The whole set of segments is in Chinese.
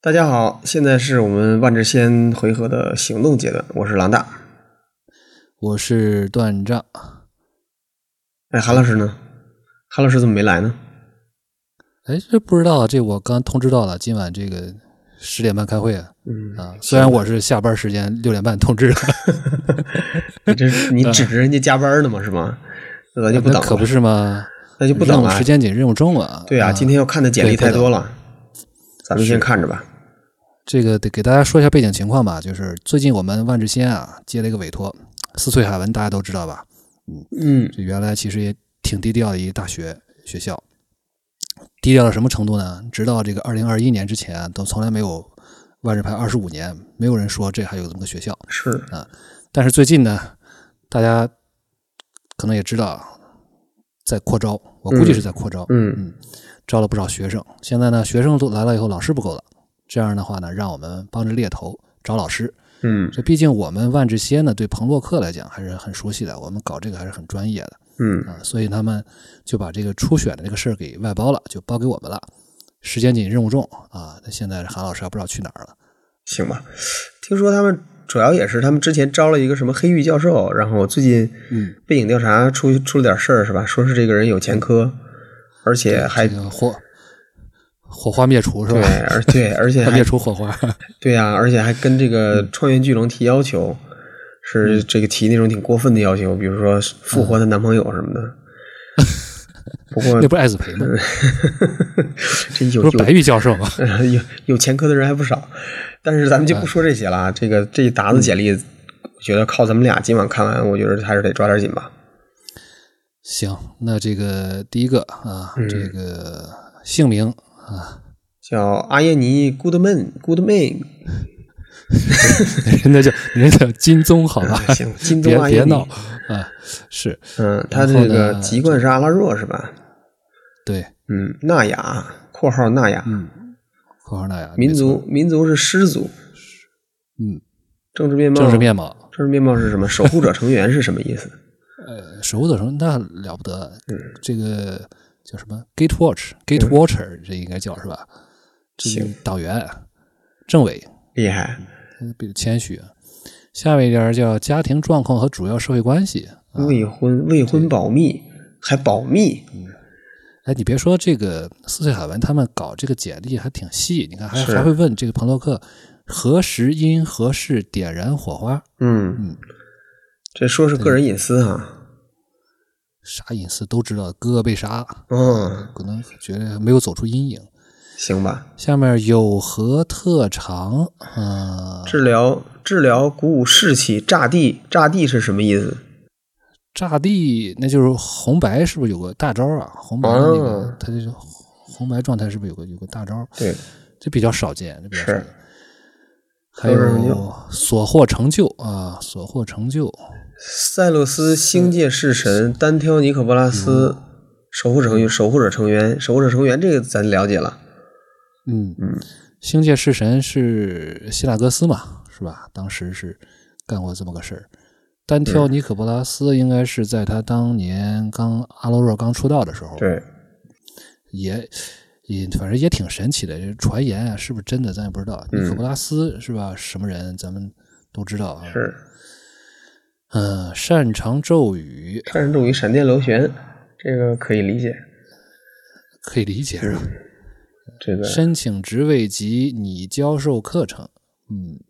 大家好，现在是我们万智仙回合的行动阶段，我是狼大。我是段丈，哎，韩老师呢？韩老师怎么没来呢？哎，这不知道，这我刚通知到了，今晚这个十点半开会啊。嗯啊，虽然我是下班时间六点半通知的，你这 是你指着人家加班呢嘛，是吗？那咱就不那等可了，不是吗？那就不任等务了时。间紧，任务重啊。对啊，啊，今天要看的简历对太不等多了，咱们先看着吧。这个得给大家说一下背景情况吧，就是最近我们万智仙啊接了一个委托，四翠海文大家都知道吧？嗯这原来其实也挺低调的一大学学校，低调到什么程度呢？直到这个二零二一年之前啊、都从来没有万智牌二十五年，没有人说这还有这么个学校。是，但是最近呢，大家可能也知道，在扩招，我估计是在扩招，嗯招了不少学生。现在呢，学生都来了以后，老师不够了。这样的话呢，让我们帮着猎头找老师。嗯这毕竟我们万智仙呢，对彭洛克来讲还是很熟悉的，我们搞这个还是很专业的。嗯，啊，所以他们就把这个初选的这个事儿给外包了，就包给我们了。时间紧，任务重啊！那现在韩老师还不知道去哪儿了。行吧。听说他们主要也是他们之前招了一个什么黑狱教授，然后最近嗯背景调查出出了点事儿是吧？说是这个人有前科，而且还这个火火花灭除是吧对，？而对，而且它还 灭除火花。对呀、而且还跟这个嗯创业巨龙提要求，是这个提那种挺过分的要求，比如说复活她男朋友什么的。 不过嗯那不是爱子培 吗？呃这有不是白有玉教授吗？ 有 有前科的人还不少，但是咱们就嗯不说这些了啊。这个这一沓子简历，我觉得靠咱们俩今晚看完，我觉得还是得抓点紧吧。行，那这个第一个啊，嗯这个姓名啊，叫阿耶尼 Goodman，Goodman，人家叫人家叫金宗，好吧？啊呃 行，金别宗阿耶别尼闹。啊！是嗯，他然后这个呢籍贯是阿拉若是吧？对，嗯，纳雅（括号纳雅）嗯，括号那样，啊民没错族民族是狮族，嗯，政治面貌政治面貌，政治面貌是什么？守护者成员是什么意思？呃，守护者城那了不得，嗯这个叫什么 Gate Watch，Gate Watcher，这应该叫是吧？这个行党员、政委，厉害，嗯比较谦虚。下面一点儿叫家庭状况和主要社会关系。未婚未婚保密还保密，哎，你别说这个四岁海文他们搞这个简历还挺细，你看还是还会问这个彭洛克何时因何事点燃火花，嗯，这说是个人隐私啊哈，啥隐私都知道，哥哥被杀，嗯，可能觉得没有走出阴影。行吧，下面有何特长？嗯、治疗治疗鼓舞士气，炸地炸地是什么意思？炸地那就是红白，是不是有个大招啊？红白的那个哦，它就是红白状态，是不是有个有个大招？对，这比较少见，这比较少是见。还都是有所获成就啊，所获成就，塞勒斯星界式神单挑尼可波拉斯。嗯守护者成员，守护者成员，守护者成员，这个咱了解了。嗯嗯，星界式神是希腊格斯嘛，是吧？当时是干过这么个事儿。单挑尼可波拉斯应该是在他当年刚阿罗若刚出道的时候，对，也也反正也挺神奇的，这传言啊，是不是真的咱也不知道。尼可波拉斯是吧？什么人咱们都知道啊。是嗯，擅长咒语但是重于闪电螺旋，这个可以理解。可以理解是吧？这个申请职位及拟教授课程。嗯，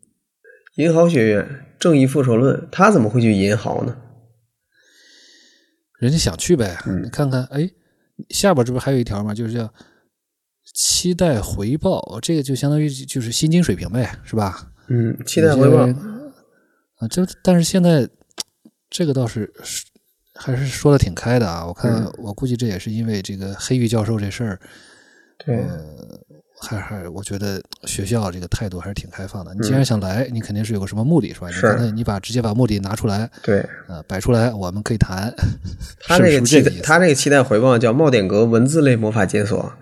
银豪学院正义复仇论，他怎么会去银豪呢？人家想去呗，嗯你看看，哎，下边这不还有一条吗？就是叫期待回报，这个就相当于就是薪金水平呗，是吧？嗯，期待回报有些。啊，这但是现在这个倒是是还是说的挺开的啊。我看、嗯我估计这也是因为这个黑玉教授这事儿，对，还还我觉得学校这个态度还是挺开放的。你既然想来，你肯定是有个什么目的是吧？你嗯是刚才你把直接把目的拿出来，对呃，摆出来，我们可以谈。他是不这个是期这待个意，思他这个期待回报叫冒点格文字类魔法解锁，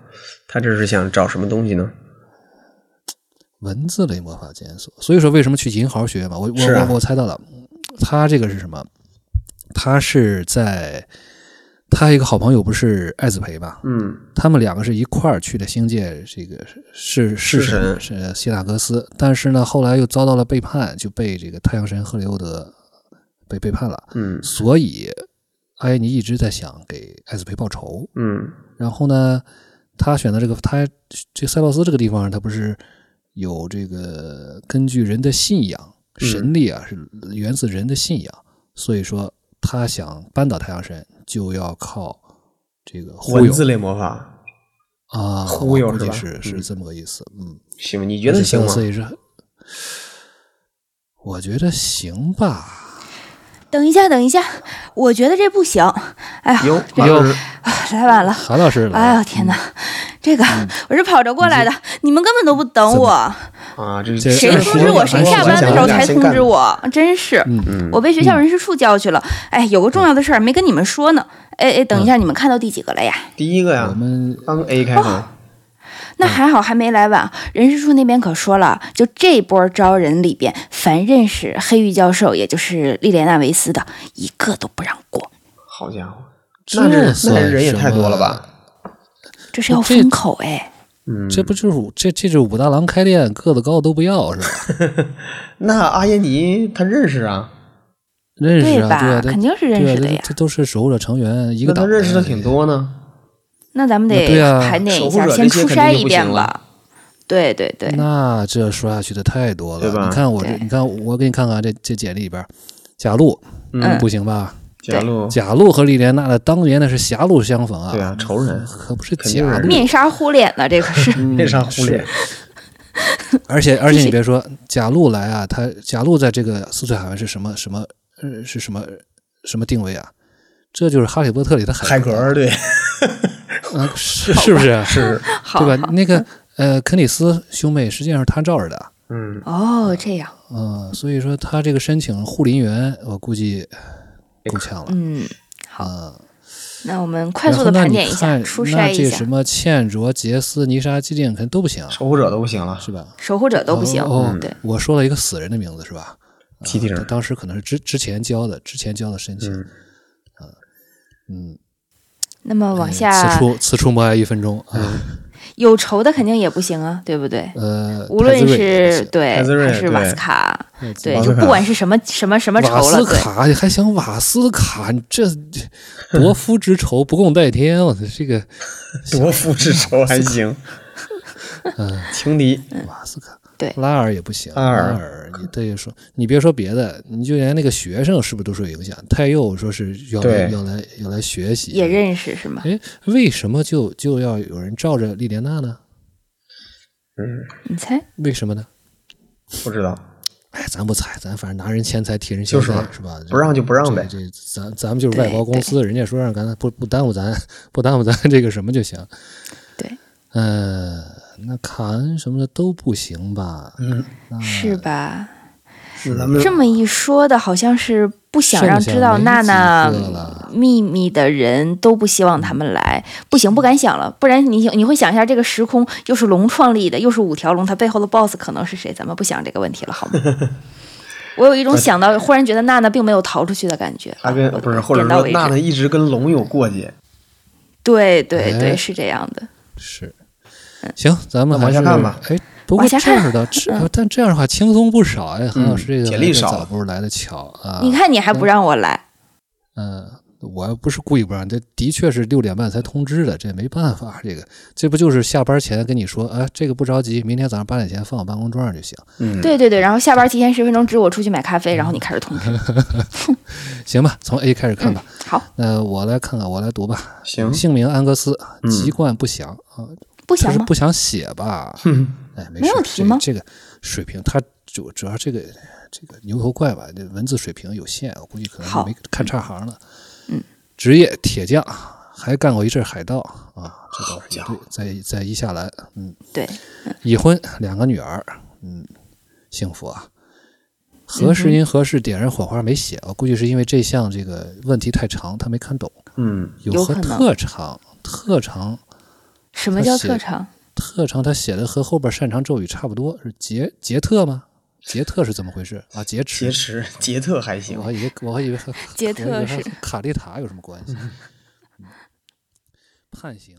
他这是想找什么东西呢？文字类魔法检索。所以说，为什么去银豪学院嘛？我我、是啊我我猜到了，他这个是什么？他是在他还有一个好朋友不是爱子培吧？嗯，他们两个是一块儿去的星界，这个是是神神是希塔格斯，但是呢，后来又遭到了背叛，就被这个太阳神赫利欧德被背叛了。嗯所以埃尼一直在想给艾斯培报仇。嗯然后呢，他选的这个他这个塞洛斯这个地方，他不是有这个根据人的信仰，嗯神力啊是源自人的信仰，所以说他想扳倒太阳神，就要靠这个忽文悠字类魔法，啊，忽悠估是计吧是是嗯这么个意思，嗯，行吗？你觉觉得行吗？所以是，我觉得行吧。等一下，等一下，我觉得这不行。哎呀，哟，这个老师啊来晚了。韩老师来了，哎呦天哪，这个我是跑着过来的，你们根本都不等嗯怎么我，啊，这这谁哎通知我我？谁下班的时候才通知？我？真是，嗯嗯我被学校人事处叫去了。哎，有个重要的事儿没跟你们说呢。哎哎，等一下，嗯你们看到第几个了呀？第一个我呀，们刚 A 开头，嗯那还好还没来晚，人事处那边可说了，就这波招人里边，凡认识黑玉教授，也就是莉莲娜维斯的，一个都不让过，好家伙，这那这算那人也什太多了么吧？这是要这封口哎。嗯，这不就是五这这就是武大郎开店，个子高都不要 是吧？那阿耶尼他认识啊，认识对吧啊，对啊，这肯定是认识的对啊呀这这都是守护者成员，一那个他党认识的的挺。多呢。那咱们那对得啊盘点一守下，护者先这些肯初定筛就一不遍行吧了。对对对，那这说下去的太多了，对吧你看我这，对你看我给你看看这这简历里边，贾璐，嗯不行吧？贾露，贾璐和莉莲娜的当年那是狭路相逢啊，对啊，仇人，可不是肯定贾是璐，面纱糊脸了，这可嗯是。嗯那啥忽略，而且而且你别说，贾璐来啊，他贾璐在这个四岁海湾是什么什么呃是什么什么定位啊？这就是《哈利波特》里的海格儿对，啊，是是不是？是， 好对好吧？那个呃，肯里斯兄妹实际上是他罩着的，啊嗯，哦，这样，嗯，所以说他这个申请护林员，我估计够呛了。嗯，好，嗯，那我们快然速后的那盘你点一下，看，初那筛这一下什，么倩卓、杰斯、泥沙、基定，肯定都不行啊，守护者都不行了，是吧？守护者都不行哦哦，对，我说了一个死人的名字是吧？啊集体人他当时可能是之之前交的，之前交的申请。嗯嗯，那么往哎此下处此处默哀一分钟啊。有仇的肯定也不行啊，对不对？呃，无论太子睿也不是行对太子睿还是瓦斯对卡，太子睿对，瓦斯就卡不管是什么什么什么瓦仇斯了，对，卡，你还想瓦斯卡？你这夺夫之仇不共戴天！我操，这个夺夫之仇还行，嗯， 情敌瓦斯卡，对拉尔也不行，拉拉尔尔，你对说，你别说别的，你就连那个学生是不是都受影响？太佑说是要来对要来要来学习，也认识是吗？哎，为什么就就要有人罩着莉莲娜呢？你猜？为什么呢？不知道， 哎，咱不猜，咱反正拿人钱财替人消就是灾，嘛是吧？不让就不让呗这这咱咱们就是外对包公司，人家说让咱不不耽误咱不耽误咱这个什么就行。对，嗯，那卡恩什么的都不行吧？嗯，是吧？咱们这么一说的，好像是不想让知道娜娜剩下没几个了秘密的人都不希望他们来，不行，不敢想了，不然你想你会想一下，这个时空又是龙创立的，又是五条龙，它背后的 BOSS 可能是谁？咱们不想这个问题 了，好吗？我有一种想到，忽然觉得娜娜并没有逃出去的感觉。他跟啊我不是，或者点到说为止娜娜一直跟龙有过节，对对哎对，是这样的。是，行，咱们那还往是下看吧。哎，不过往下这看嗯样的，这呃但这样的话轻松不少。哎，韩老师这个嗯来简历得少早了不如来的巧啊。你，看，你还不让我来，嗯，我不是故意不让，这的确是六点半才通知的，这没办法。这个这不就是下班前跟你说，啊，这个不着急，明天早上八点前放我办公桌上就行，嗯，对对对，然后下班提前十分钟指我出去买咖啡，然后你开 始通知。行吧？从 A 开始看吧。好，那我来看看，我来读吧。行，姓名安格斯，嗯籍贯不详啊，不他想是吗？嗯不想写吧？哼哎，没没事有儿题吗这个、这个水平，他主主要这个这个牛头怪吧，这文字水平有限，我估计可能就好没看差行了。嗯，职业铁匠，还干过一阵海盗啊，这倒好是也家对伙，在在伊夏兰，嗯，对，已婚，两个女儿，嗯，幸福啊。何时嗯因何事点燃火花没写，我估计是因为这项这个问题太长，他没看懂。嗯，有有何可能特长？特长什么他叫写特长？特长他写的和后边擅长咒语差不多，是杰杰特吗？杰特是怎么回事啊？劫劫持，持，杰特还行我，还以为我还以为和杰我还以为特和是卡丽塔有什么关系？嗯判刑，